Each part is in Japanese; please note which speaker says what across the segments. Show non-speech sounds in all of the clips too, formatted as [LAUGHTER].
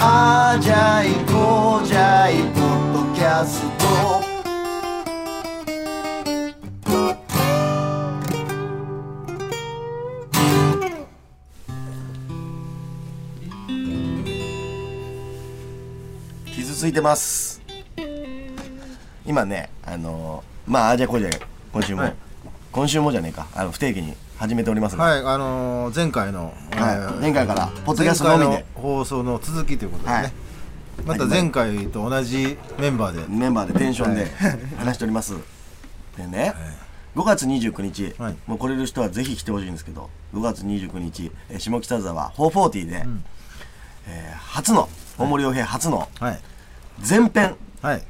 Speaker 1: あじゃいこうじゃいポッドキャスト」傷ついてます今ねあのーまあああじゃこうじゃ今週も、
Speaker 2: はい
Speaker 1: 今週もじゃねえかあの不定期に始めておりますが、
Speaker 2: はい、あのー前回の、え
Speaker 1: はい
Speaker 2: ー
Speaker 1: 前回からポッドキャストのみで
Speaker 2: 前回の放送の続きということですね、
Speaker 1: はい
Speaker 2: また前回と同じメンバーで
Speaker 1: メンバーでテンションで話しております、でね、5月29日、
Speaker 2: はい
Speaker 1: もう来れる人はぜひ来てほしいんですけど5月29日えー下北沢440で、えー初の大森洋平初の
Speaker 2: はい
Speaker 1: 全編
Speaker 2: はい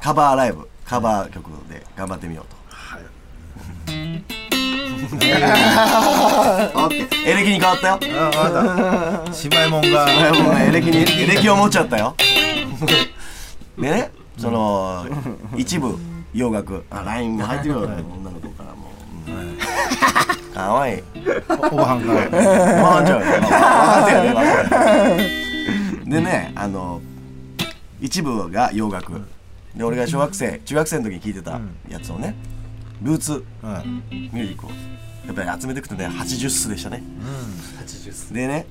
Speaker 1: カバーライブカバー曲で頑張ってみようとオッケーエレキに変わったよ
Speaker 2: ああなたしまいもんが
Speaker 1: 俺はもうエレキにエレキを持っちゃったよ [LAUGHS] でねその一部洋楽あ LINE が入ってるよ女の子からもう、うん、かわいい
Speaker 2: おばはんから
Speaker 1: わかっちゃうよまあわかってるよねわかってるでねあの一部が洋楽で俺が小学生中学生の時に聴いてたやつをねルーツ [LAUGHS]
Speaker 2: はい
Speaker 1: ミュージックをやっぱり集めていくとね80数でしたねでね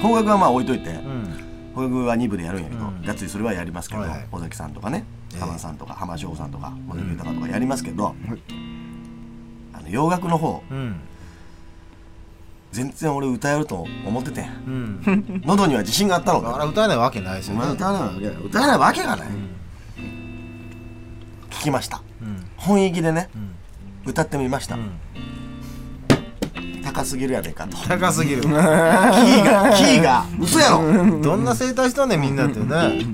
Speaker 1: 邦楽はまあ置いといて、
Speaker 2: うん
Speaker 1: 邦楽は2部でやるんやけど、
Speaker 2: うん
Speaker 1: がっつりそれはやりますけど、
Speaker 2: はいはい
Speaker 1: 尾崎さんとかね
Speaker 2: ええ
Speaker 1: 浜田さんとか浜翔さんとか尾崎豊とかやりますけど、あの洋楽の方
Speaker 2: うん
Speaker 1: 全然俺歌えると思っててん
Speaker 2: うん
Speaker 1: 喉には自信があったの
Speaker 2: あ
Speaker 1: だ
Speaker 2: ら歌えないわけないです
Speaker 1: お
Speaker 2: よね
Speaker 1: 前歌わないわけがない歌わないわけがない、聞きました
Speaker 2: うん
Speaker 1: 本意気でね、
Speaker 2: ん
Speaker 1: 歌ってみました、
Speaker 2: ん
Speaker 1: 高すぎるやねんかとキ
Speaker 2: 高すぎる
Speaker 1: ー
Speaker 2: [LAUGHS]
Speaker 1: がキーが嘘やろ
Speaker 2: どんな生態しとんねんみんなってね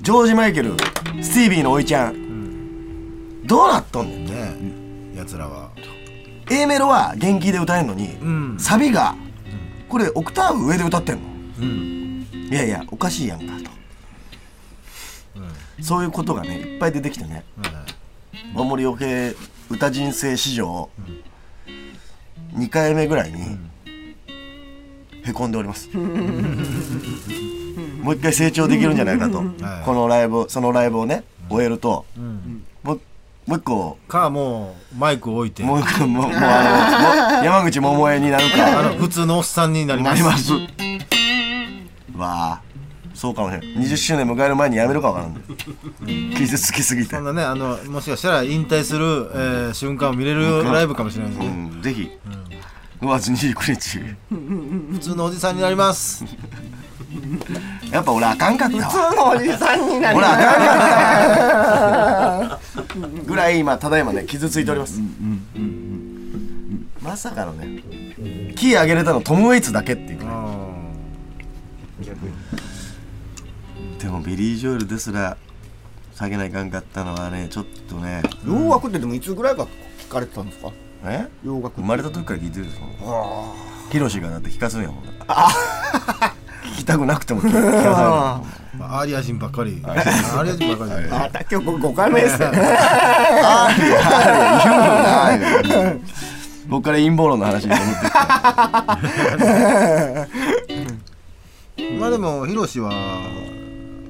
Speaker 1: ジョージ・マイケル、スティービーのおいちゃん、どうなっとんねん。
Speaker 2: ねやつらは
Speaker 1: A メロは元気で歌えんのに、
Speaker 2: ん
Speaker 1: サビが、これオクターブ上で歌ってんの。
Speaker 2: うん
Speaker 1: いやいや、おかしいやんかと。そういうことがね、いっぱい出てきてね、大森洋平歌人生史上、2回目ぐらいに、へこんでおります。もう一回成長できるんじゃないかと、
Speaker 2: はい
Speaker 1: このライブ、そのライブをね、終えると、
Speaker 2: うん
Speaker 1: もうもう一個
Speaker 2: かもうマイク置いて
Speaker 1: もう一個もうもうあのもう山口百恵になる
Speaker 2: あの
Speaker 1: か
Speaker 2: 普通のおっさんになり
Speaker 1: な
Speaker 2: ま
Speaker 1: り
Speaker 2: す
Speaker 1: ますわあそうかもしれない20周年迎える前にやめるかわからん傷つきすぎて
Speaker 2: そん、なねあのもしかしたら引退する、えー瞬間を見れるライブかもしれないです
Speaker 1: う
Speaker 2: ね、
Speaker 1: ん、ぜひ5月29日
Speaker 2: 普通のおじさんになります
Speaker 1: やっぱ俺あかんかったわ
Speaker 3: 普通のおじさんになり
Speaker 1: 俺
Speaker 3: ま
Speaker 1: あ
Speaker 3: す
Speaker 1: かんかったぐらい今ただいまね傷ついておりますまさかのねキー上げれたのトム・ウェイツだけっていうねでもビリー・ジョエルですら下げないかんかったのはねちょっとね
Speaker 3: 洋楽ってでもいつぐらいから聞かれてたんですか
Speaker 1: え
Speaker 3: 洋楽
Speaker 1: 生まれた時から聞いてるでしょヒロシがだって聞かすんやもんだから聞きたくなくても聞かせる
Speaker 2: まあ、アーリア人ばっかりアーリア人ばっかり
Speaker 3: あた今日5回目 [LAUGHS] ですね
Speaker 1: 僕から陰謀論の話に戻ってきた
Speaker 2: まあでもヒロシは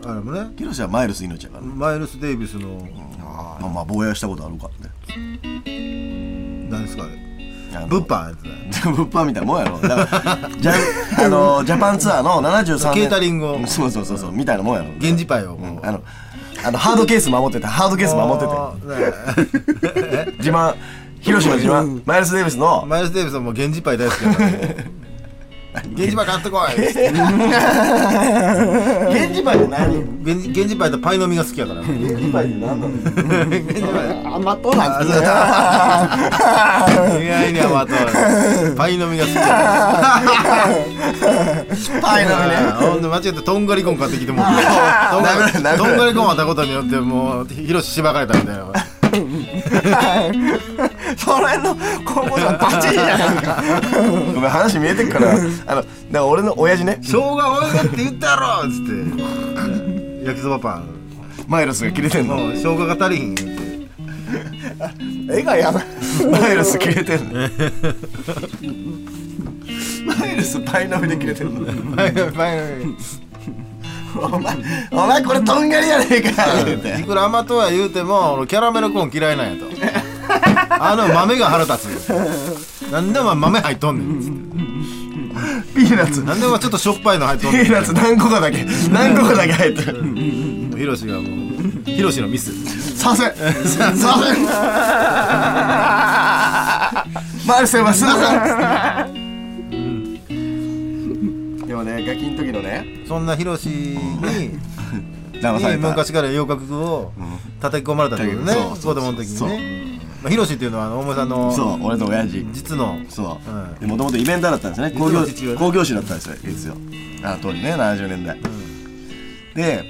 Speaker 2: あれもね
Speaker 1: ヒロシはマイルス命やからね
Speaker 2: マイルス・デイビスの
Speaker 1: まあまあ防衛したことあるからね [LAUGHS]
Speaker 2: 何ですかあれ
Speaker 1: あの
Speaker 2: 物販のやつだよ
Speaker 1: 物販みたいなもんやろだからジャあのジャパンツアーの73年
Speaker 2: ケータリングを
Speaker 1: そうそうそうそうみたいなもんやろ
Speaker 2: 源氏パイを
Speaker 1: う
Speaker 2: もうん
Speaker 1: あのあのハードケース守っててハードケース守って
Speaker 2: ってて、ね
Speaker 1: て自慢ヒロシの自慢マイルス・デイビスの
Speaker 2: マイルス・デイビスはもう源氏パイ大好きだから、ね、源氏パイ買ってこいっつって
Speaker 1: 現地パイって何
Speaker 2: 源氏源氏パイとパイの実が好きやから
Speaker 1: 現地パイって何なの
Speaker 2: [LAUGHS] 源氏パイ
Speaker 3: 甘党なんですね
Speaker 2: 意外に甘党パイの実が好きやから
Speaker 1: パイの実ね
Speaker 2: あーほんで間違ってとんがりコン買ってきてもうとん
Speaker 1: 殴られ
Speaker 2: が
Speaker 1: 殴
Speaker 2: り
Speaker 1: られ
Speaker 2: とんがりコンあったことによってもうヒロシしばかれたみたい [LAUGHS] な
Speaker 3: その辺の高校生バチリじゃないですか
Speaker 1: [LAUGHS] ごめん話見えてっからあのだから俺の親父ね
Speaker 2: 生姜多いねって言ったやろっつって焼きそばパン
Speaker 1: マイルスが切れてんの
Speaker 2: もう生姜が足りひん言うて
Speaker 1: 絵がやばいマイルス切れてん [LAUGHS] のマイルスパイの実で切れてんの
Speaker 2: パイのパイの
Speaker 1: お前お前これとんがりやねえか言うて
Speaker 2: いくら甘党や言うても俺キャラメルコーン嫌いなんや [LAUGHS] とあの豆が腹立つなんでお前豆入っとんねんっつっ
Speaker 1: ピーナッツ
Speaker 2: てなんでお前ちょっとしょっ [LAUGHS] ぱいの入っとん
Speaker 1: ピ
Speaker 2: ねん
Speaker 1: ーナッツ何個かだけ何個かだけ入ってる
Speaker 2: もうヒロシがもうヒロシのミス
Speaker 1: させんさせんマルセはすいませんでもねガキの時のね
Speaker 2: そんなヒロシに
Speaker 1: 騙さ
Speaker 2: に
Speaker 1: れた
Speaker 2: 昔から洋楽を叩き込まれたってことね
Speaker 1: そうそ
Speaker 2: 子
Speaker 1: うそう
Speaker 2: 供の時にねまあヒロシっていうのはあの大森さん
Speaker 1: そ
Speaker 2: の
Speaker 1: う俺の親父
Speaker 2: 実の
Speaker 1: そう、
Speaker 2: うん
Speaker 1: でもともとイベンターだったんですよね工業
Speaker 2: 実の父親ね
Speaker 1: 工業種だったんですよ月曜あの当時ね70年代、で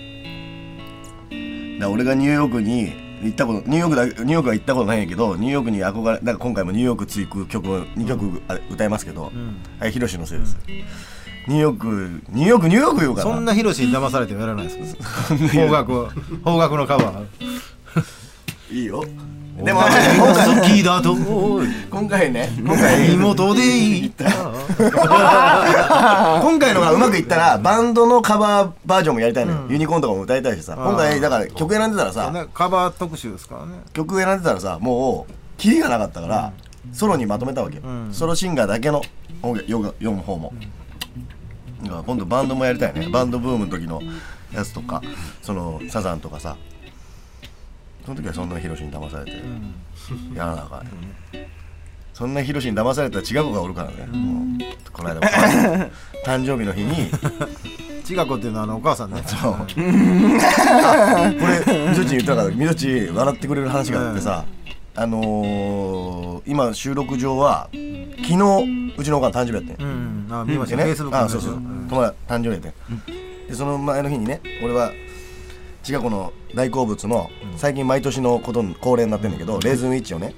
Speaker 1: だ俺がニューヨークに行ったことニューヨークだニューヨークは行ったことないんやけどニューヨークに憧れだから今回もニューヨーク追く曲を2曲、あ歌いますけど、はいヒロシのせいです、ニューヨークニューヨークニューヨーク言うか
Speaker 2: そん
Speaker 1: な
Speaker 2: なヒロシに騙されてもやらないですか
Speaker 1: [LAUGHS]
Speaker 2: 方角を方角のカバー
Speaker 1: いいよで
Speaker 2: で
Speaker 1: も
Speaker 2: も
Speaker 1: 今回
Speaker 2: 好きだと
Speaker 1: 今回
Speaker 2: [LAUGHS]
Speaker 1: ね今回
Speaker 2: 妹でいい
Speaker 1: 今回のがうまくいったらバンドのカバーバージョンもやりたいのよ、ユニコーンとかも歌いたいしさ今回だから曲選んでたらさ
Speaker 2: カバー特集ですからね
Speaker 1: 曲選んでたらさもうキリがなかったから、ソロにまとめたわけよ、
Speaker 2: ん
Speaker 1: ソロシンガーだけの音楽よ読む方も、だから今度バンドもやりたいねバンドブームの時のやつとかそのサザンとかさその時はそんなヒロシに騙されて、やらなあかんね、そんなヒロシに騙されたら違う子がおるからね、もうこの [LAUGHS] 間も誕生日の日に
Speaker 2: ちがこっていうのはあのお母さん
Speaker 3: [LAUGHS]
Speaker 2: ね
Speaker 1: そうこれみどちに言ったからみどち笑ってくれる話があってさ、あのー、今収録上は昨日うちのおかん誕生日やってん
Speaker 2: うんあ見まし
Speaker 1: で
Speaker 2: た
Speaker 1: ね
Speaker 2: ね Facebook の
Speaker 1: あ
Speaker 2: やつ
Speaker 1: そうそう、
Speaker 2: ん
Speaker 1: 友達誕生日やって、でその前の日にね俺は千賀子の大好物の最近毎年のこと恒例になってんだけど、レーズンウィッチをね、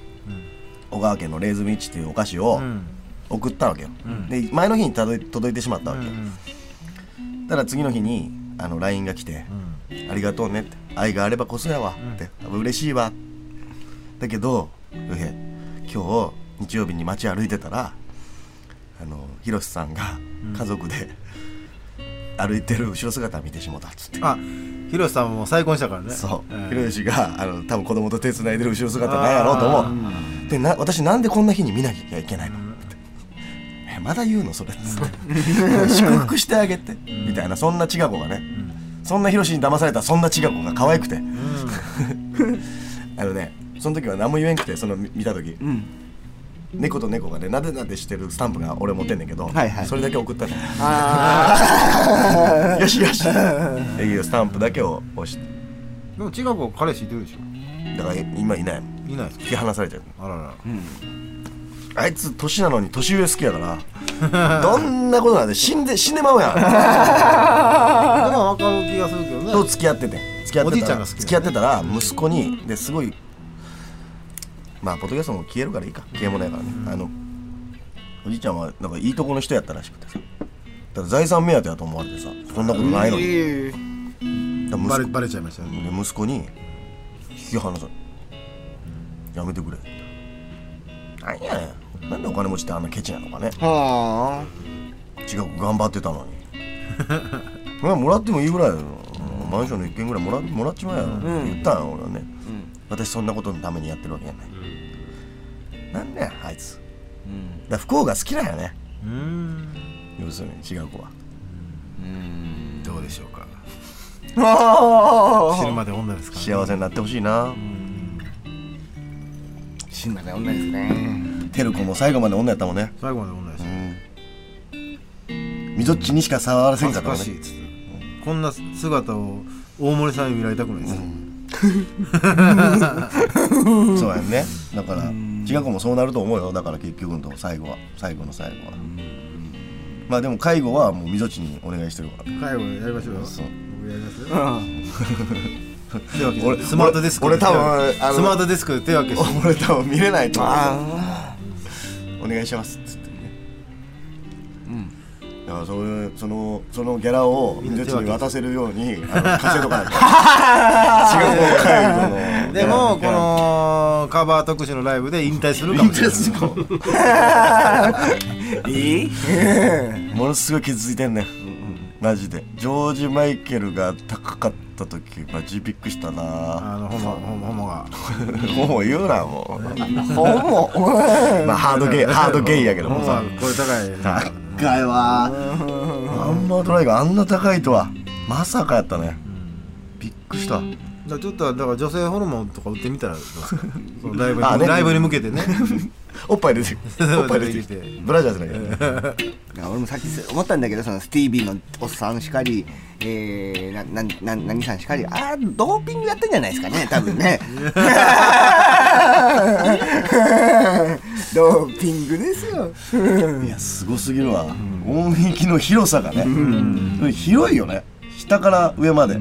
Speaker 1: 小川県のレーズンウィッチっていうお菓子を
Speaker 2: うん
Speaker 1: 送ったわけよ、で前の日に届い届いてしまったわけ、ただ次の日にあの LINE が来て「ありがとうね」って「愛があればこそやわ」って「嬉しいわ」だけどうへ今日日曜日に街歩いてたらあのひろしさんが家族で歩いてる後ろ姿を見てしもたっつって、
Speaker 2: あヒロシさんも再婚したからね
Speaker 1: そう、
Speaker 2: ん
Speaker 1: ひろしがあの多分子供と手つないでる後ろ姿なんやろうと思うでな私なんでこんな日に見なきゃいけないのってえまだ言うのそれっつって [LAUGHS] 祝福してあげてみたいなそんなちが子がねそんなひろしに騙されたそんなちが子が可愛くて [LAUGHS] あのねその時は何も言えんくてその見見た時、猫と猫がねなでなでしてるスタンプが俺持ってんねんけど、
Speaker 3: はいはい
Speaker 1: それだけ送ったのよ [LAUGHS]
Speaker 3: あ
Speaker 1: よしよしっていうスタンプだけを押して
Speaker 2: でもちがこ彼氏いてるでし
Speaker 1: だから今いないもん
Speaker 2: ょいないですか
Speaker 1: 引き離されちゃう
Speaker 2: あらら
Speaker 1: あいつ年なのに年上好きやから [LAUGHS] どんなことなんで死んで死んでまうや
Speaker 2: でも分かる気がするけど
Speaker 1: ん
Speaker 2: ね
Speaker 1: と付き合ってて付き合ってたら
Speaker 2: おじいちゃんが好き
Speaker 1: 付き合ってたら息子にですごいまあポッドキャストも消えるからいいか消えもないからね、あのおじいちゃんはなんかいいとこの人やったらしくてさだから財産目当てだと思われてさそんなことないのに、
Speaker 3: ー
Speaker 1: だから
Speaker 2: バ
Speaker 1: 息
Speaker 2: レ
Speaker 1: 子
Speaker 2: バレちゃいましたね
Speaker 1: で息子に引き離さやめてくれなんやねんなんでお金持ちってあんなケチなのかね
Speaker 3: は
Speaker 1: 違う頑張ってたのに [LAUGHS] お前もらってもいいぐらいだよマンションの一軒ぐらいもらもらっちまえよ、言ったよ俺はね、私そんなことのためにやってるわけやない、なんだよあいつ、だから不幸が好きなんやね
Speaker 2: うん
Speaker 1: 要するに違う子は
Speaker 2: どうでしょう
Speaker 1: [LAUGHS]
Speaker 2: か
Speaker 3: ああ
Speaker 2: 死ぬまで女ですからね
Speaker 1: 幸せになってほしいな
Speaker 3: 死んだね女ですね
Speaker 1: てる子も最後まで女やったもんね
Speaker 2: 最後まで女ですよ
Speaker 1: みぞっちにしか触らせん
Speaker 2: 恥
Speaker 1: か
Speaker 2: ず
Speaker 1: ったか
Speaker 2: からしい
Speaker 1: ね
Speaker 2: っつってこんな姿を大森さんに見られたくないですよ
Speaker 1: そうやんねだから違う子もそうなると思うよだから結局のとこ最後は最後の最後はまあでも介護はもうみぞっちにお願いしてるから
Speaker 2: 介護やりましょうよ
Speaker 1: そう
Speaker 2: 僕やりますよ
Speaker 3: うん
Speaker 2: 手分け
Speaker 1: 俺
Speaker 2: スマートディスク
Speaker 1: 俺俺多分あの
Speaker 2: スマートディスクで手分けして
Speaker 1: 俺多分見れないと思う
Speaker 3: あ
Speaker 1: お願いしますっつってねうんだからそういうそのそのギャラをみ
Speaker 2: ん
Speaker 1: ぞ
Speaker 2: な
Speaker 1: っち
Speaker 2: 手分
Speaker 1: に
Speaker 2: け
Speaker 1: 渡せるように [LAUGHS] あの稼いとかないと違うもう介護の
Speaker 2: でもこのカバー特集のライブで引退するかもしれない [LAUGHS]
Speaker 3: あいい
Speaker 1: [LAUGHS] ものすごい傷ついてんねんマジでジョージ・マイケルが高かった時マジびっくりしたな
Speaker 2: あのホモホモホモが
Speaker 1: もう言うなもう
Speaker 2: [LAUGHS]
Speaker 1: ほぼ [LAUGHS] まあハードゲイハードゲイやけども
Speaker 2: ホモは
Speaker 1: さ
Speaker 2: これ高いな
Speaker 1: 高いわあんまトライがあんな高いとはまさかやったねびっくりした
Speaker 2: だからちょっとだから女性ホルモンとか売ってみたらど
Speaker 1: [LAUGHS]
Speaker 2: うですかそのライブ
Speaker 1: あ
Speaker 2: に、
Speaker 1: ね
Speaker 2: ライブに向
Speaker 1: [LAUGHS]
Speaker 2: けてね
Speaker 1: おっぱい出て
Speaker 2: [LAUGHS] そう
Speaker 1: るおっぱい出てきて
Speaker 2: 出てきて
Speaker 1: ブラジャーじゃないけどね
Speaker 3: いや俺もさっき思ったんだけどそのスティービーのおっさんしかりえー、ななな何さんしかりあードーピングやってんじゃないですか [LAUGHS] ね多分ねドーピングですよ
Speaker 1: いやすごすぎるわ音域の広さがね広いよね下から上まで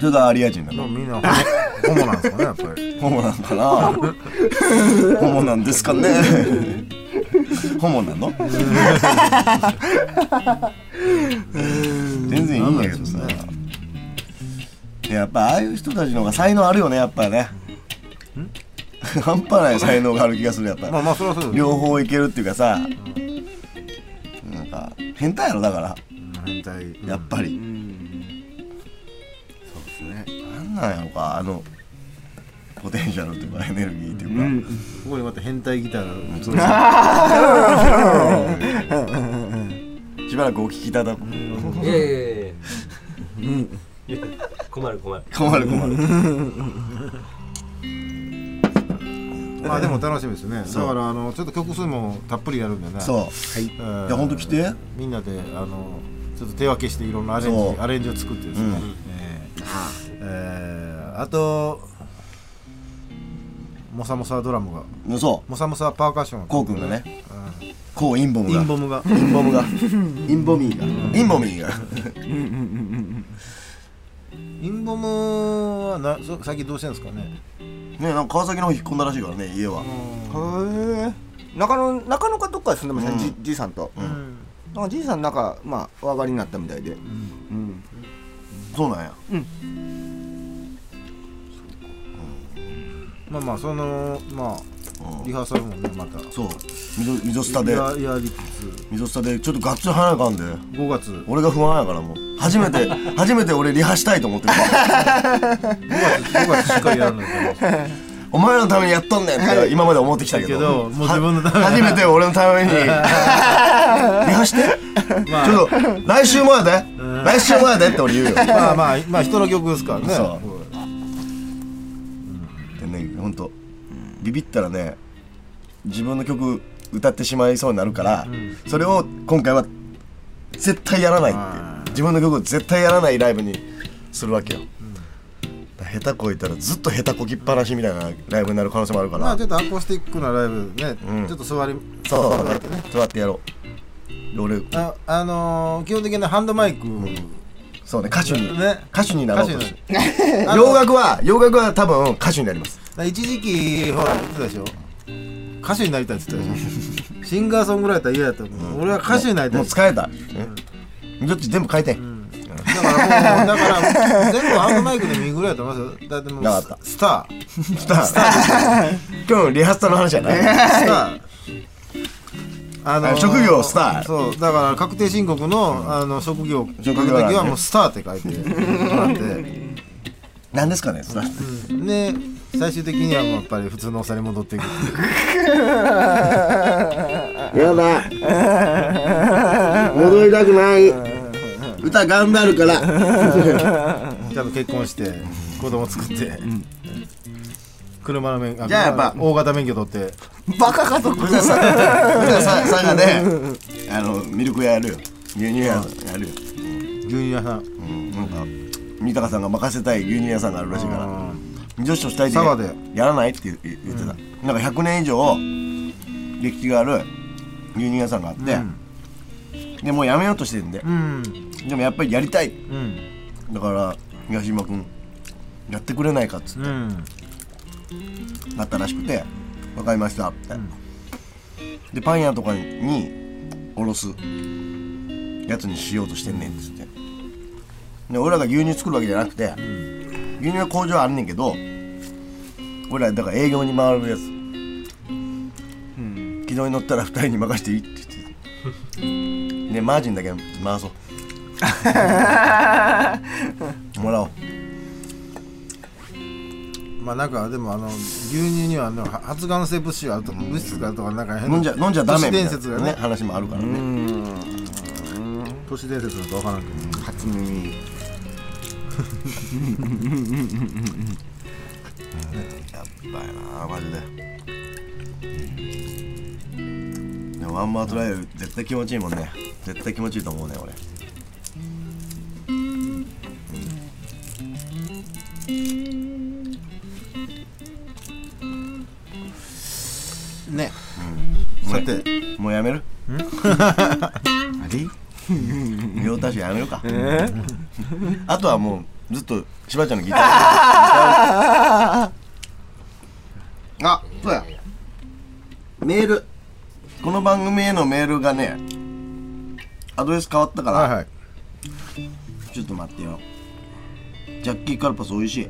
Speaker 1: それがアリア人な
Speaker 2: で
Speaker 1: の
Speaker 2: もみんなホモホモなんですかねやっぱり
Speaker 1: ホモなんかなホモなんですかねホモなの全然いいんだけどさやっぱああいう人たちの方が才能あるよねやっぱね半端ない才能がある気がするやっぱ
Speaker 2: まあまあそれはそうです
Speaker 1: 両方いけるっていうかさなんか変態やろだから
Speaker 2: 変態
Speaker 1: やっぱり
Speaker 3: そうですね
Speaker 1: なんなんやろかあのポテンシャルというかエネルギーというか、
Speaker 2: ここにまた変態ギターが
Speaker 1: しばらくお聞きいただく
Speaker 4: いやいやいやいや困る困る
Speaker 1: 困る困る
Speaker 2: まあでも楽しみですねだからあのちょっと曲数もたっぷりやるんでね
Speaker 1: そう、い、
Speaker 2: うん
Speaker 1: やほんと来て
Speaker 2: みんなであのちょっと手分けしていろんなアレン
Speaker 1: そう
Speaker 2: ジアレンジを作ってですね、えーえーあとモサモサドラムが
Speaker 1: そう
Speaker 2: モサモサパーカッション
Speaker 1: こうくんがね、こうインボム
Speaker 2: イ
Speaker 1: が
Speaker 2: ンボムが
Speaker 1: インボム [LAUGHS] がインボミーがインボミーが
Speaker 2: インボムはなそ最近どうしてるんですかね
Speaker 1: ねなんか川崎の方引っ込んだらしいからね家は
Speaker 3: へえ中野中野かどっかで住んでましたね、じじいさんと、
Speaker 2: ん
Speaker 3: なんかじいさんなんかまあお上がりになったみたいで、うん
Speaker 1: そうなんや
Speaker 2: まあまあそのまあリハーサルもねまた
Speaker 1: そう溝溝下で
Speaker 2: ややりつ
Speaker 1: 溝下でちょっとガッツリ離れかんで
Speaker 2: つ5月5
Speaker 1: 俺が不安やからもう初め
Speaker 2: [LAUGHS]
Speaker 1: て初めて俺リハしたいと思ってる
Speaker 2: 月5月しっかりやるのか
Speaker 1: お前らのためにやっとんねんって今まで思ってきたけど
Speaker 2: けどもう自分のために
Speaker 1: は初めて俺のために
Speaker 2: [LAUGHS]
Speaker 1: リハして、
Speaker 2: まあ
Speaker 1: ちょっと来週もやで来週もやでって俺言うよ
Speaker 2: なまあまあまあ人の曲ですからね
Speaker 1: そうでねほんとビビったらね自分の曲歌ってしまいそうになるから、それを今回は絶対やらないっていう自分の曲を絶対やらないライブにするわけよ、だから下手こいたらずっと下手こきっぱなしみたいなライブになる可能性もあるから、
Speaker 2: まあちょっとアコースティックなライブね、
Speaker 1: うん
Speaker 2: ちょっと座り
Speaker 1: そう
Speaker 2: 座ってね
Speaker 1: 座ってやろうで俺
Speaker 2: ああのー、基本的にハンドマイク、
Speaker 1: そうね歌手に、
Speaker 2: ね
Speaker 1: 歌手になろうとして
Speaker 2: 歌あの
Speaker 1: 洋楽は洋楽は多分歌手になります
Speaker 2: 一時期ほら言ってたでしょ歌手になりたいって言ってたでし
Speaker 1: [LAUGHS]
Speaker 2: ょシンガーソングライター嫌やと思う、俺は歌手になりた
Speaker 1: も
Speaker 2: いうって
Speaker 1: 疲れた、うん、どっち全部変えて、
Speaker 2: だからもうだから全部ハンドマイクで見ぐらいやと思いますよだってもう
Speaker 1: なかった
Speaker 2: ススター
Speaker 1: スター今日のリハーサルの話じゃない
Speaker 2: スターあ
Speaker 1: あ職業スター
Speaker 2: そうだから確定申告の,、あの職業書
Speaker 1: 職業
Speaker 2: く
Speaker 1: 欄ね
Speaker 2: ときはもうスターって書いてもらって。
Speaker 1: 何ですかねスター
Speaker 2: で最終的にはもうやっぱり普通のお皿に戻っていくっていう
Speaker 1: やだ戻りたくない歌頑張るから
Speaker 2: 多分結婚して子供作って、車の免許
Speaker 1: じゃあやっぱ
Speaker 2: 大型免許取って
Speaker 3: バカ家族
Speaker 1: 歌さ歌ささがねあのミルク屋やるよ牛乳屋やるよ、
Speaker 2: 牛乳屋さん
Speaker 1: うん、なんか三鷹さんが任せたい牛乳屋さんがあるらしいから女子と二
Speaker 2: 佐
Speaker 1: 人
Speaker 2: 賀
Speaker 1: で
Speaker 2: で
Speaker 1: やらないって言う言ってた、なんか100年以上歴史がある牛乳屋さんがあって、でもうやめようとしてるんで、
Speaker 2: うん
Speaker 1: でもやっぱりやりたい
Speaker 2: うん
Speaker 1: だから東島君やってくれないかっつっ
Speaker 2: うん
Speaker 1: てなったらしくて「分かりました」って、でパン屋とかにおろすやつにしようとしてんねんっつってで俺らが牛乳作るわけじゃなくて、牛乳の工場あんねんけど俺らだから営業に回るやつ、軌道に乗ったら2人に任していいって言ってねマージンだけ回そうもらおう
Speaker 2: まあなんかでもあの牛乳にはあのは発がん性物質があるとか物質があるとかなんか変な
Speaker 1: 飲んじゃ飲んじゃダメみ
Speaker 2: 都
Speaker 1: たいな
Speaker 2: 市伝説がね
Speaker 1: 話もあるからね
Speaker 2: 都市伝説だと分からんけど
Speaker 3: 初耳
Speaker 1: やっばいなマジででもワンマートライアル絶対気持ちいいもんね絶対気持ちいいと思うね俺
Speaker 2: ね
Speaker 1: もう
Speaker 2: さて
Speaker 1: もうやめる [LAUGHS] あれ両足やめるか、あとはもうずっとしばちゃんのギター [LAUGHS] あそうやメールこの番組へのメールがねアドレス変わったから、
Speaker 2: はいはい
Speaker 1: ちょっと待ってよジャッキーカルパス美味しい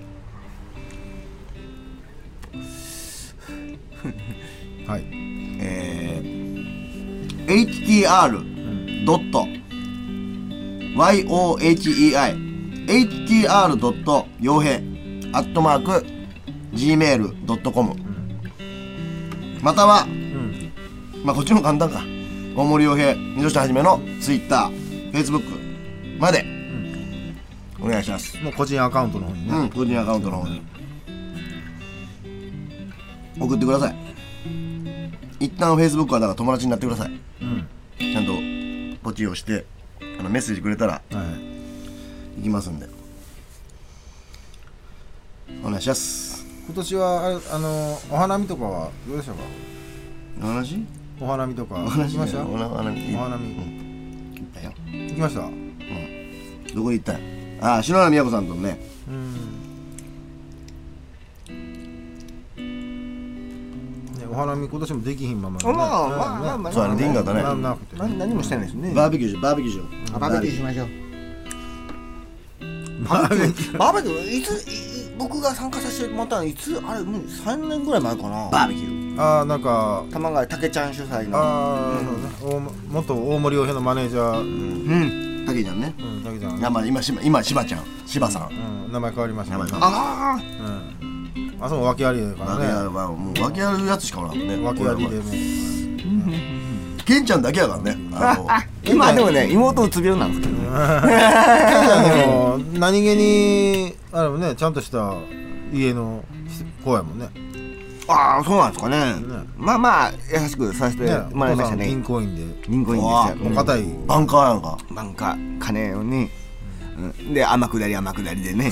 Speaker 2: はい
Speaker 1: えー、htr ドット y o h e i htr ドット傭兵アットマーク gmail ドットコムまたは、まあこっちの方が簡単か大森傭兵水下はじめのツイッターフェイスブックまで、お願いします
Speaker 2: もう個人アカウントの方にね、
Speaker 1: うん個人アカウントの方に送ってください一旦フェイスブックはだから友達になってください
Speaker 2: うん
Speaker 1: ちゃんとポチをしてあのメッセージくれたら
Speaker 2: はい、
Speaker 1: 行きますんでお願いします
Speaker 2: 今年はあれあのお花見とかはどうでしたか
Speaker 1: お話
Speaker 2: お花見とか
Speaker 1: お
Speaker 2: 行
Speaker 1: 話
Speaker 2: きました
Speaker 1: お
Speaker 2: 行
Speaker 1: 花見
Speaker 2: お花見
Speaker 1: うん行ったよ
Speaker 2: きました
Speaker 1: どこ行ったああ篠原美和子さんとのね
Speaker 2: うんねお花見今年もできひんままでね
Speaker 3: まあまあまあまあ
Speaker 1: そうだねリンガーだね
Speaker 2: ななくて
Speaker 3: な何もしてないですね
Speaker 1: バーベキューしバーベキューしよう
Speaker 3: あバーベキューしましょう
Speaker 2: バーベキュー
Speaker 3: バーベキューいついい僕が参加させてもらったのいつあれもう3年ぐらい前かな
Speaker 1: バーベキュ
Speaker 2: ああなんか
Speaker 3: 玉川たけちゃん主催の
Speaker 2: ああそうね大元大森洋平のマネージャー
Speaker 1: うんたけちゃんね
Speaker 2: うんだけじゃん
Speaker 1: いやまあ今しば今しばちゃんしばさん
Speaker 2: うん名前変わりました
Speaker 1: 名前変わ
Speaker 3: あ
Speaker 2: う
Speaker 3: あ
Speaker 2: んあそこ訳ありだか
Speaker 1: 訳あ
Speaker 2: ら
Speaker 1: るはもう訳あるやつしかおらんもんね
Speaker 2: ね訳ありでも
Speaker 1: ケンちゃんだけやからねあの [LAUGHS]
Speaker 3: 今でもね妹うつ病なんですけどね
Speaker 2: でも何気にあれもねちゃんとした家の子やもんね
Speaker 3: ああそうなんですかね
Speaker 2: ね
Speaker 3: まあまあ優しくさせて
Speaker 2: ね
Speaker 3: もらいました
Speaker 2: お父さん銀
Speaker 3: ね
Speaker 2: 行員で
Speaker 3: 銀行員です
Speaker 2: も
Speaker 3: よ
Speaker 2: う硬い
Speaker 1: バンカーやんか
Speaker 3: なんか金をね、うん、で天下り天下りでね [LAUGHS]
Speaker 2: お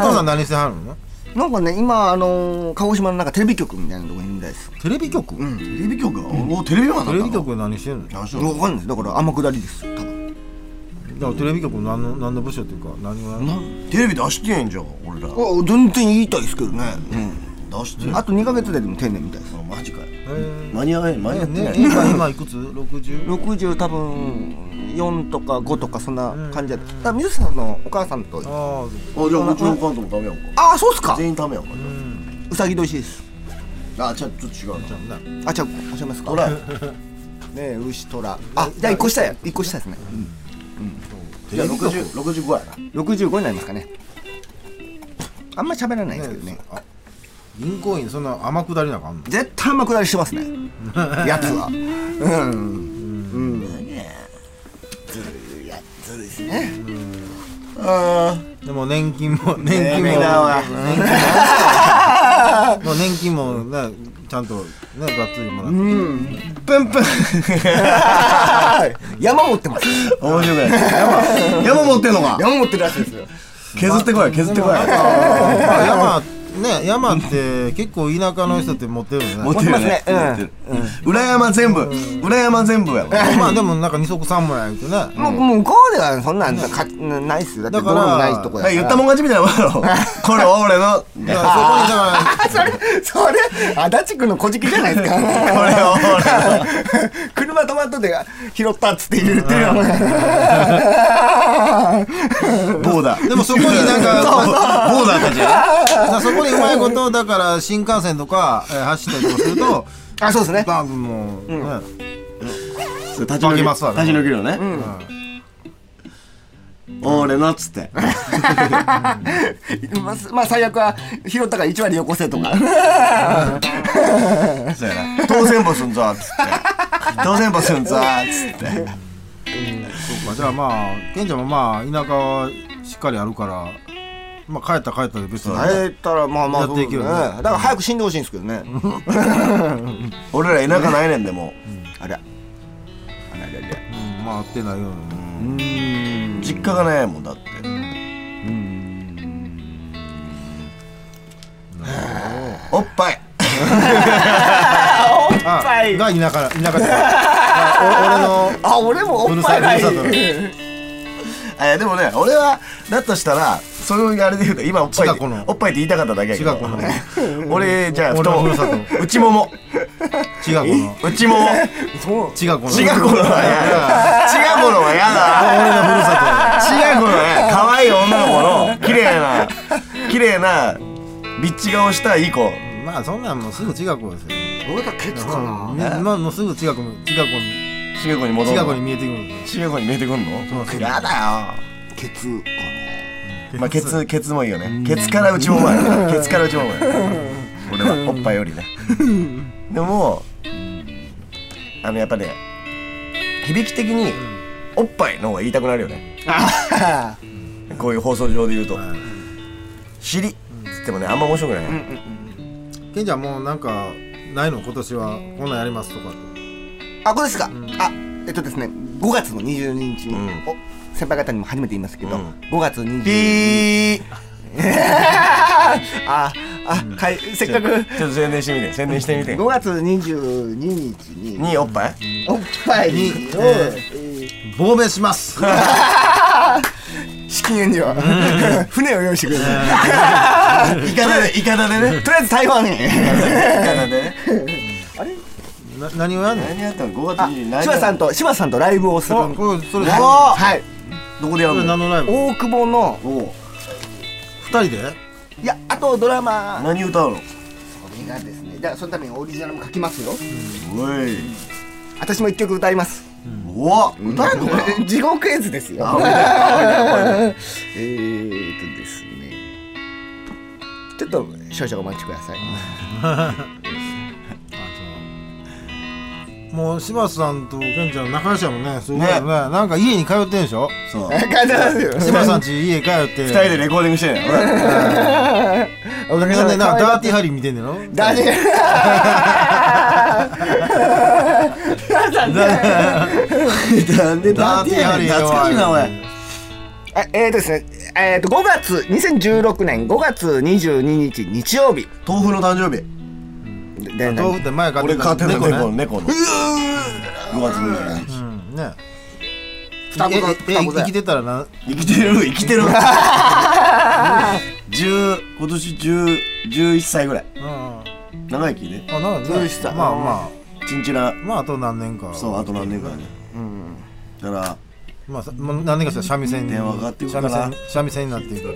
Speaker 2: 父さん何してはるの
Speaker 3: なんかね今あのー鹿児島のなんかテレビ局みたいなとこにいるみたいです
Speaker 2: テレビ局
Speaker 3: う
Speaker 2: テ
Speaker 3: ん
Speaker 1: テレビ局が、おテレビマンだったの
Speaker 2: レビ局何してんのだか
Speaker 1: 何しよ
Speaker 3: 分
Speaker 1: う
Speaker 3: かんないですだから天下りです多分
Speaker 2: らテレビ局何の何の部署っていうか何をやるの
Speaker 1: テレビ出してんじゃん俺ら
Speaker 3: あ全然言いたいですけどね、うん
Speaker 1: 出してん
Speaker 3: あと2ヶ月ででも定年みたいです
Speaker 1: あマジかよ
Speaker 2: へー
Speaker 1: 間に合わない間に合って
Speaker 2: ね
Speaker 1: ない、
Speaker 2: 今今いくつ 60?
Speaker 3: 60多分4とか5とかそんな感じだっただから水瀬さんのお母さんと
Speaker 2: ああうん
Speaker 1: あじゃあうちの関東もダメやんか
Speaker 3: ああそうっすか
Speaker 1: 全員ダメやんか
Speaker 3: うさぎ年です
Speaker 1: あじゃあちょっと違うな
Speaker 2: じゃあな
Speaker 3: あじゃあおっしゃいますか
Speaker 1: ほら
Speaker 3: ねえ牛虎あじゃあ1個下や1個下ですね
Speaker 1: じゃあ60 65やな
Speaker 3: 65になりますかねあんまり喋らないですけどね
Speaker 2: あ銀行員そんな天下りなんかあんの
Speaker 3: 絶対天下りしてますねやつはうんずるいやずるいですね
Speaker 1: あ
Speaker 2: でも年金も年
Speaker 1: え
Speaker 2: 金
Speaker 1: み
Speaker 2: も
Speaker 1: んなは
Speaker 2: もう年金もねちゃんとねがっつりもらって
Speaker 1: [LAUGHS]
Speaker 3: プンプン山持ってます
Speaker 1: 面白くない山山持ってんのか
Speaker 3: 山持ってるらしいですよ
Speaker 1: 削ってこい削ってこい
Speaker 2: まあ山ね山って結構田舎の人って持ってるよ
Speaker 1: 持っ
Speaker 2: ね
Speaker 1: てるよね
Speaker 3: 持っ
Speaker 1: 持っ
Speaker 3: てま
Speaker 1: て
Speaker 3: す
Speaker 1: る
Speaker 3: ね
Speaker 1: 裏山全部裏山全部やわ
Speaker 2: まあでもなんか二足三もやるとね
Speaker 3: もう向こうではそんなんかないっすよだって
Speaker 2: だから
Speaker 3: 道路もないとこ
Speaker 1: だ
Speaker 3: や
Speaker 1: から言ったもん勝ちみたいなもんやろ [LAUGHS] これは俺の
Speaker 2: だからそこにだか
Speaker 3: それそれ足立区の小じきじゃないですか
Speaker 1: これは俺の
Speaker 3: 車止まっとで拾ったっつって言ってるよ
Speaker 1: ボーダー
Speaker 2: らでもそこにな
Speaker 1: ボー
Speaker 2: ん
Speaker 3: [LAUGHS]
Speaker 2: か
Speaker 1: ダーたちや
Speaker 2: だからそこにうまいことだから新幹
Speaker 3: [LAUGHS]
Speaker 2: 線とかえー走ったりとかすると
Speaker 3: あそうですね
Speaker 2: バーグもね
Speaker 1: そう立ち退
Speaker 2: 負
Speaker 1: き
Speaker 2: けますわね
Speaker 1: 立ち退きるよね、俺のっつって
Speaker 3: [LAUGHS] まあ、まあ、最悪は拾ったから1割よこせとか
Speaker 1: そうやな当選簿すんぞっつって当選簿すんぞっつって
Speaker 2: そうかじゃあまあケンちゃんもまあ田舎はしっかりあるからまあ帰ったら帰ったで別に
Speaker 3: あれたらまあまあ
Speaker 2: やっていけるね
Speaker 3: そうだだから早く死んでほしいんですけどね
Speaker 1: 俺ら田舎ないねんでも
Speaker 3: あれあれあれあれ
Speaker 2: うんまあ会ってないように
Speaker 3: うーん
Speaker 1: う実家がないもんだっておっぱい
Speaker 2: あ
Speaker 3: はい
Speaker 2: が田舎田舎
Speaker 3: [LAUGHS]
Speaker 2: であお俺の
Speaker 3: あ俺もおっぱいがいい
Speaker 2: ふるさとふ
Speaker 1: えでもね俺はだとしたらそれをあれで言うと今おっぱいって
Speaker 2: 違うこの
Speaker 1: おっぱいって言いたかっただけやけど
Speaker 2: 違うこ
Speaker 1: [LAUGHS] 俺じゃあ
Speaker 2: 俺
Speaker 1: 太も
Speaker 2: の
Speaker 1: も
Speaker 2: ふるさ
Speaker 1: 内もも
Speaker 2: 違うこの
Speaker 1: 内もも
Speaker 2: [LAUGHS]
Speaker 3: そう
Speaker 2: 違うこの
Speaker 1: 違うこのはやだ違うこのはやだ
Speaker 2: 俺のふるさ
Speaker 1: 違うこのね可愛い女の子の綺麗な綺麗なビッチ顔したいい子
Speaker 2: とやまあそんなんもうすぐ違う子ですよ
Speaker 3: 俺がケツか
Speaker 2: うん
Speaker 3: な
Speaker 2: みまあもうすぐ違う子も違う子に
Speaker 1: しげ子に戻る
Speaker 2: 違
Speaker 1: の
Speaker 2: う子に見えてくるんですよ
Speaker 1: しげ子に見えてくんの
Speaker 2: そう
Speaker 1: やだ
Speaker 3: ケツか
Speaker 1: よまあケツケツもいいよねケツから内ももや [LAUGHS] ねケツから内ももやね俺はおっぱいより [LAUGHS] ねでもあのやっぱね響き的におっぱいの方が言いたくなるよ [LAUGHS] ね
Speaker 3: な
Speaker 1: こういう放送上で言うと尻っつってもねあんま面白くない
Speaker 2: ケンちゃんもうなんかないの今年はこんなんやりますとかって
Speaker 3: あこれですか、あえっとですね5月の22日に、
Speaker 1: うん
Speaker 3: お先輩方にも初めて言いますけど、
Speaker 1: うん
Speaker 3: 5月22
Speaker 1: ピ
Speaker 3: 日
Speaker 1: ー
Speaker 3: ああ、かいせっかく
Speaker 1: ちょっと宣伝してみて宣伝してみて
Speaker 3: 5月22日に
Speaker 1: におっぱい
Speaker 3: おっぱいに
Speaker 2: に
Speaker 3: [LAUGHS] を、え
Speaker 2: 亡命します
Speaker 3: ー資金援助は [LAUGHS] 船を用意してくれ
Speaker 1: イ
Speaker 3: る、
Speaker 1: カダでイカダでね
Speaker 3: とりあえず台湾へ
Speaker 1: [LAUGHS] イカダでね
Speaker 2: な何をやんの
Speaker 1: 何やったの5月
Speaker 3: あ
Speaker 1: に
Speaker 3: 柴さんと柴さんとライブをする
Speaker 2: あこれそれ
Speaker 1: お
Speaker 3: はい
Speaker 1: どこでや
Speaker 2: そ
Speaker 1: る
Speaker 2: れ
Speaker 1: の
Speaker 2: 何のライブ
Speaker 3: 大久保の
Speaker 1: おお
Speaker 2: 二人で
Speaker 3: いやあとドラマ
Speaker 1: 何歌うの
Speaker 3: これがですねじゃあそのためにオリジナルも書きますよ
Speaker 1: おい
Speaker 3: 私も一曲歌います
Speaker 1: うわ歌えんのかな
Speaker 3: [LAUGHS] 地獄絵図ですよ
Speaker 1: 危ない
Speaker 3: [LAUGHS] えーっとですねちょっと少々お待ちください
Speaker 2: もう柴田さんとケンちゃん仲良しやもんねすごいよねなんか家に通ってんでしょ
Speaker 1: そう
Speaker 3: [LAUGHS] 感じますよ
Speaker 2: 柴田さんち家通って
Speaker 1: 二人でレコーディングしてんやろ
Speaker 3: おかげ
Speaker 2: ほん
Speaker 3: さま
Speaker 2: で
Speaker 3: で
Speaker 2: なんかダーティー
Speaker 3: ィ
Speaker 2: ハリー見てんねんろ
Speaker 3: ダーティー
Speaker 1: なんで
Speaker 2: ダーティーハリー
Speaker 1: 懐かしいなおい
Speaker 3: あ [LAUGHS] えー、ですね、えー、と5月2016年5月22日日曜日
Speaker 1: 豆腐の誕生日
Speaker 3: でで
Speaker 2: 豆腐って前買っ
Speaker 1: 俺
Speaker 2: て
Speaker 1: 買ってた
Speaker 2: 猫
Speaker 1: 猫の
Speaker 2: ね
Speaker 1: 猫の5月22
Speaker 2: う
Speaker 1: 日
Speaker 2: んね
Speaker 3: 双子だ
Speaker 2: ええ
Speaker 3: 双子だ
Speaker 2: 生きてたらな
Speaker 1: 生きてる生きて [LAUGHS] る十今年10 11歳ぐらい
Speaker 2: うんあ
Speaker 1: 長生きね
Speaker 2: なんかね
Speaker 3: そうでした
Speaker 2: まあま
Speaker 1: チンチラ
Speaker 2: あまああと何年か
Speaker 1: そうあと何年かねだから
Speaker 2: まあさもう何年かしたら三味線に
Speaker 1: 電話かかってくる
Speaker 2: 三
Speaker 1: か
Speaker 2: 味
Speaker 1: な
Speaker 2: 線三味線になっていく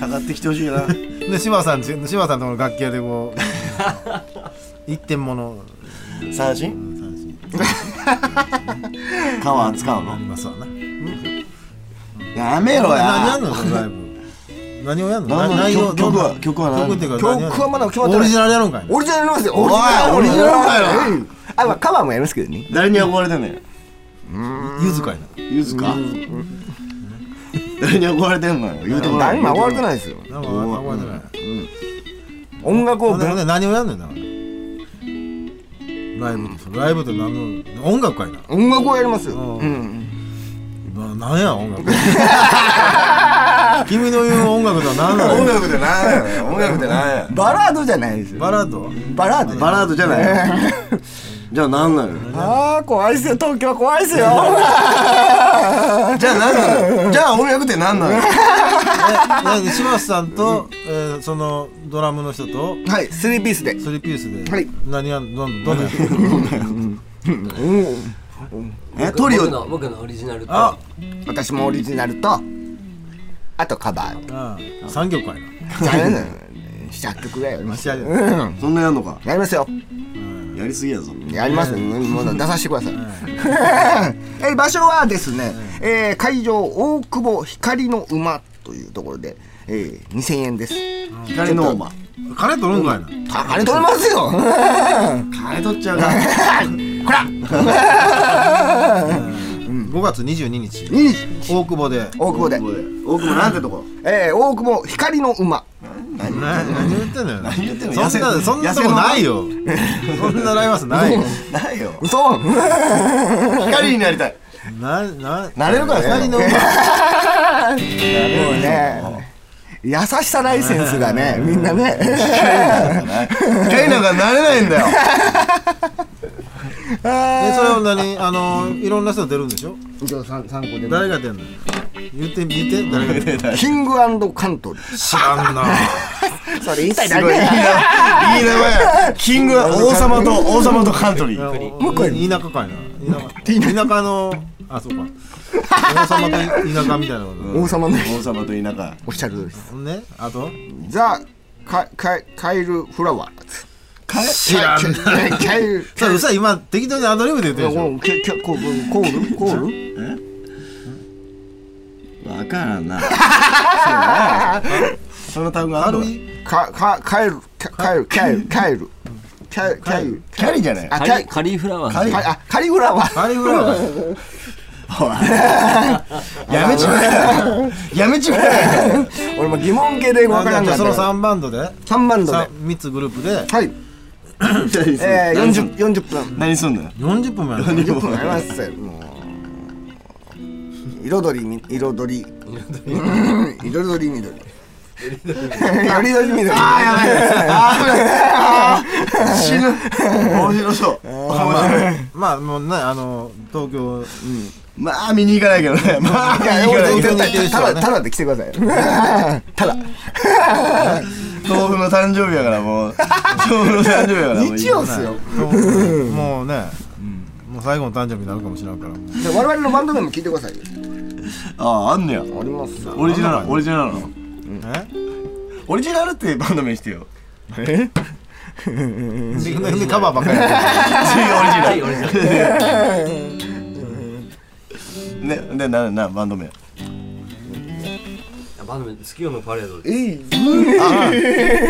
Speaker 1: かかってきてほしいな
Speaker 2: で柴田さんち柴田さんとこの楽器屋でこう一点物
Speaker 1: [LAUGHS] 三振 [LAUGHS]
Speaker 2: 三振
Speaker 1: カワー使う
Speaker 2: あ
Speaker 1: の
Speaker 2: りますわな
Speaker 1: やめろ
Speaker 2: 何や
Speaker 1: や
Speaker 2: んのそのライブ何をやんの
Speaker 1: 何の
Speaker 2: な内容
Speaker 1: 曲曲は
Speaker 2: どん
Speaker 1: 曲は何
Speaker 2: な曲っていうか何やんの
Speaker 3: 曲はまだ決まって
Speaker 2: オ
Speaker 3: な
Speaker 2: リ
Speaker 3: い
Speaker 2: ジナルやるんかい
Speaker 3: オリジナルなんですよ
Speaker 1: おい
Speaker 3: オリジナル
Speaker 1: オリジナル
Speaker 3: うんあ、まあ、カバーもやりますけどね
Speaker 1: 誰に憧れてんのよ
Speaker 2: ゆずかい
Speaker 1: ゆずか誰に憧れてんのよ言うてこない
Speaker 3: 誰も憧れてないですよ
Speaker 2: ななんか覚えてない
Speaker 3: 音楽を
Speaker 2: ほんでほ
Speaker 3: 分
Speaker 2: んで何をやんねんなライブってライブって何の音楽かいな
Speaker 3: 音楽をやりますよ、
Speaker 2: ん
Speaker 3: うん、
Speaker 2: な何や音楽君の言う音楽とは何な
Speaker 1: 音
Speaker 2: の
Speaker 1: 楽じゃないよ音楽じゃないよ
Speaker 3: バラードじゃないですよ
Speaker 2: バラード
Speaker 3: バラード
Speaker 1: バラードじゃないじゃあ何なのよ
Speaker 3: あー怖いですよ東京は怖いですよ
Speaker 1: じゃあ何なのよじゃあ音楽って何なのよ
Speaker 2: えで柴田さんと、えーそのドラムの人と
Speaker 3: はいスリーピースで
Speaker 2: スリーピースで、
Speaker 3: はい
Speaker 2: 何やんどんどんなやつ
Speaker 1: えトリ
Speaker 4: 僕
Speaker 1: オ
Speaker 4: の僕のオリジナルと
Speaker 2: あ
Speaker 3: 私もオリジナルとあとカバー
Speaker 2: あ三曲かいな
Speaker 3: じゃあね7 8曲ぐらいやります
Speaker 2: 試合で
Speaker 3: うん
Speaker 1: そんなやんのか
Speaker 3: やりますよ
Speaker 1: ややりすぎやぞ
Speaker 3: やりますね、もう出させてください、え場所はですね、えー会場大久保光の馬というところで、えー、2000円です
Speaker 1: 光の馬
Speaker 2: 金取るんかいな
Speaker 3: あれ取れますよ
Speaker 2: 金取っちゃうか
Speaker 3: こら
Speaker 2: 5月22日
Speaker 3: 2日
Speaker 2: 大久保で
Speaker 3: 大久保で、
Speaker 1: 大久保なんてとこ
Speaker 3: えー、大久保光の馬
Speaker 2: な何言ってんのよ
Speaker 1: 何言ってんの
Speaker 2: そんな
Speaker 1: 痩せ
Speaker 2: そんな
Speaker 1: 痩せ
Speaker 2: とこ
Speaker 1: の
Speaker 2: ないよそんなライバルスないよ
Speaker 1: ないよ
Speaker 3: 嘘
Speaker 1: 光になりたい
Speaker 2: なな
Speaker 3: なれるかな
Speaker 2: 光の馬
Speaker 3: もうね優しさライセンスがねみんなね
Speaker 2: 光なんかなれないんだよえそれを何あのいろんな人出るんでしょ
Speaker 3: 一応参参考で
Speaker 2: 誰が出んの言って言って誰が出る
Speaker 3: キングカントリ
Speaker 2: [LAUGHS] 知らんな
Speaker 3: ーそれ言いたいだ
Speaker 1: す
Speaker 3: け
Speaker 1: ごいいいないい名前やキング王様と王様とカントリー
Speaker 2: もう一個田舎かいな田舎田舎のあそうか王様と田舎みたいなこと
Speaker 3: 王様の
Speaker 1: 王様と田舎
Speaker 3: おっしゃる通りです
Speaker 2: ほんであと
Speaker 3: ザ・カカカイル・フラワーズ
Speaker 2: 知らんな
Speaker 3: カイカ [LAUGHS] イル
Speaker 2: それさ今適当にアドリブで言ってるでしょ
Speaker 3: こうきょきょこうコールコール
Speaker 1: わから
Speaker 3: [LAUGHS]
Speaker 1: んなそうやなその単語ある
Speaker 2: 軽
Speaker 1: わ
Speaker 2: い
Speaker 3: カカカイルカカイルカイルカイルカイルカイル
Speaker 1: キャリじゃない
Speaker 3: あ
Speaker 4: カ
Speaker 3: カイ
Speaker 4: リカリフラワー
Speaker 1: カリ
Speaker 3: カイあカリフラワ [LAUGHS] ー
Speaker 2: カリフラワー
Speaker 1: やめちまえやめちまえ
Speaker 3: 俺も疑問系で分からん
Speaker 2: じ
Speaker 3: か
Speaker 2: ゃあ
Speaker 3: っ
Speaker 2: そ
Speaker 3: た
Speaker 2: の
Speaker 3: よ
Speaker 2: 3バンドで
Speaker 3: 三バンドで
Speaker 2: 3, つグループで
Speaker 3: はいえー40 40分
Speaker 1: 何すんのよ
Speaker 2: 40分もやる
Speaker 3: 40分ありますよもう彩りみ彩り [LAUGHS] 彩り緑 [LAUGHS] 彩り緑 [LAUGHS] ああやばい
Speaker 1: 死ぬ面白そう面白い
Speaker 2: まあもうねあの東京
Speaker 1: まあ見に行かないけど
Speaker 3: [LAUGHS]
Speaker 1: ねまあ見
Speaker 3: いや、
Speaker 1: に行かない
Speaker 3: 俺
Speaker 1: けど
Speaker 3: 絶対ただただで来てください。 [LAUGHS] ただ。
Speaker 1: 豆腐の誕生日やからも
Speaker 3: [LAUGHS]
Speaker 1: う豆腐の誕生日やからもう
Speaker 3: 日曜っすよ。
Speaker 2: もうもうねもう最後の誕生日になるかもしれないからもう
Speaker 3: で我々のバンド名も聞いてくださいよ。
Speaker 1: あああんねや
Speaker 3: ありますよ。
Speaker 1: オリジナルオリジナルなの
Speaker 2: え
Speaker 1: オリジナルってバンド名してよ
Speaker 2: ででカバーばっかり
Speaker 1: オ
Speaker 2: や
Speaker 1: リジ
Speaker 4: オリジナ
Speaker 1: ナルねでななバンド名
Speaker 4: バンド名月夜のパレードで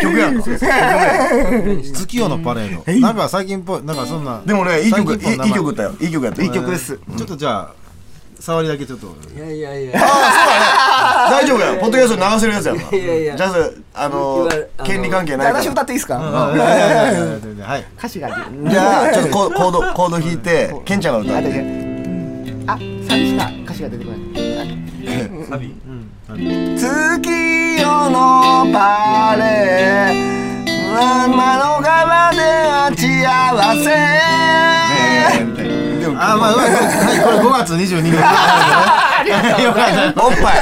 Speaker 1: 曲やんか
Speaker 2: ってる月夜のパレードなんか最近っぽいなんかそんな
Speaker 1: でもねいい曲い
Speaker 2: 最近っぽ
Speaker 1: いいい曲
Speaker 2: 名前
Speaker 1: だよいい曲やったいい
Speaker 3: 曲です
Speaker 2: ちょっとじゃあ触りだけちょっと
Speaker 4: いやいやいや
Speaker 1: 大丈夫やポッドキャスト流せるやつやんか
Speaker 4: いやいや
Speaker 1: ジャズあの
Speaker 4: 言われあの
Speaker 1: 権利関係ないから
Speaker 3: 私歌っていいですか？
Speaker 2: うんいやいやいやいや全然はい
Speaker 3: 歌詞が出る。
Speaker 1: じゃあちょっとココー [LAUGHS] ドコード弾いてケンちゃんが歌
Speaker 3: あ、
Speaker 1: っ
Speaker 3: 出て
Speaker 1: て
Speaker 3: るあ、サビしか歌詞が出てこない。
Speaker 4: サビ
Speaker 3: 月夜のパレー天の川で幸せ。
Speaker 1: でも
Speaker 2: あまあ、はい、これ5月22日
Speaker 1: おっぱいおっぱ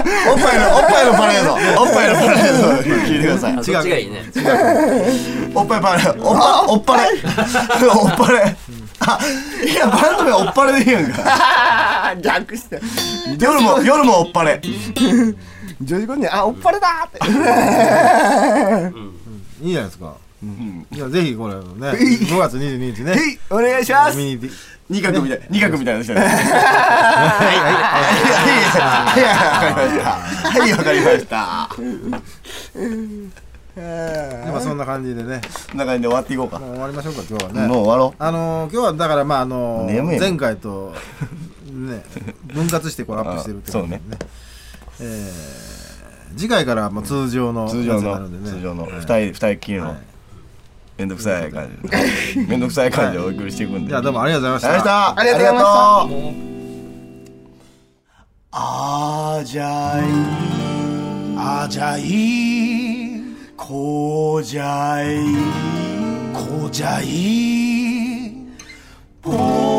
Speaker 1: いおっぱいのおっぱいのパレードおっぱいのパレード聞いてください
Speaker 4: あそっちがいいね
Speaker 1: おっぱいパレードおっぱおっぱれおっぱれあいやバンド名おっぱれでいいやんか
Speaker 3: あー、ジャンクして。
Speaker 1: 夜も夜もおっぱれ
Speaker 3: 女子高にあ、おっぱれだ [LAUGHS] ーって。
Speaker 2: いいじゃないですか、いやぜひこれね5月22日ね
Speaker 3: はいお願いします
Speaker 2: 見。に行って
Speaker 1: 二角みたい二角みたいな人やねはいはいはいはいわかりましたはいわかりまし
Speaker 2: まあそんな感じでね
Speaker 1: たこんな感じで終わっていこうか
Speaker 2: もう終わりましょうか今日はね
Speaker 1: もう終わろ
Speaker 2: あのー、今日はだからまああのー
Speaker 1: 眠いね
Speaker 2: 前回と [LAUGHS] ね分割してこれアップしてるってことでねえー、次回からもう通常の
Speaker 1: う
Speaker 2: やつ
Speaker 1: 通
Speaker 2: に
Speaker 1: 常
Speaker 2: なる
Speaker 1: の
Speaker 2: んでね
Speaker 1: 通常の二人二人っきりのめんどくさい感じでめんどくさい感じでお送りしていくんで
Speaker 2: じゃあどうもありがとうございました
Speaker 1: あ
Speaker 3: あ
Speaker 1: り
Speaker 3: り
Speaker 1: がと
Speaker 3: がと
Speaker 1: う
Speaker 3: う
Speaker 1: ご
Speaker 3: ご
Speaker 1: ざ
Speaker 3: ざ
Speaker 1: いま
Speaker 3: い
Speaker 1: し
Speaker 3: ま
Speaker 1: た
Speaker 3: した。
Speaker 1: あじゃいあじゃいこうじゃいこうじゃいぽ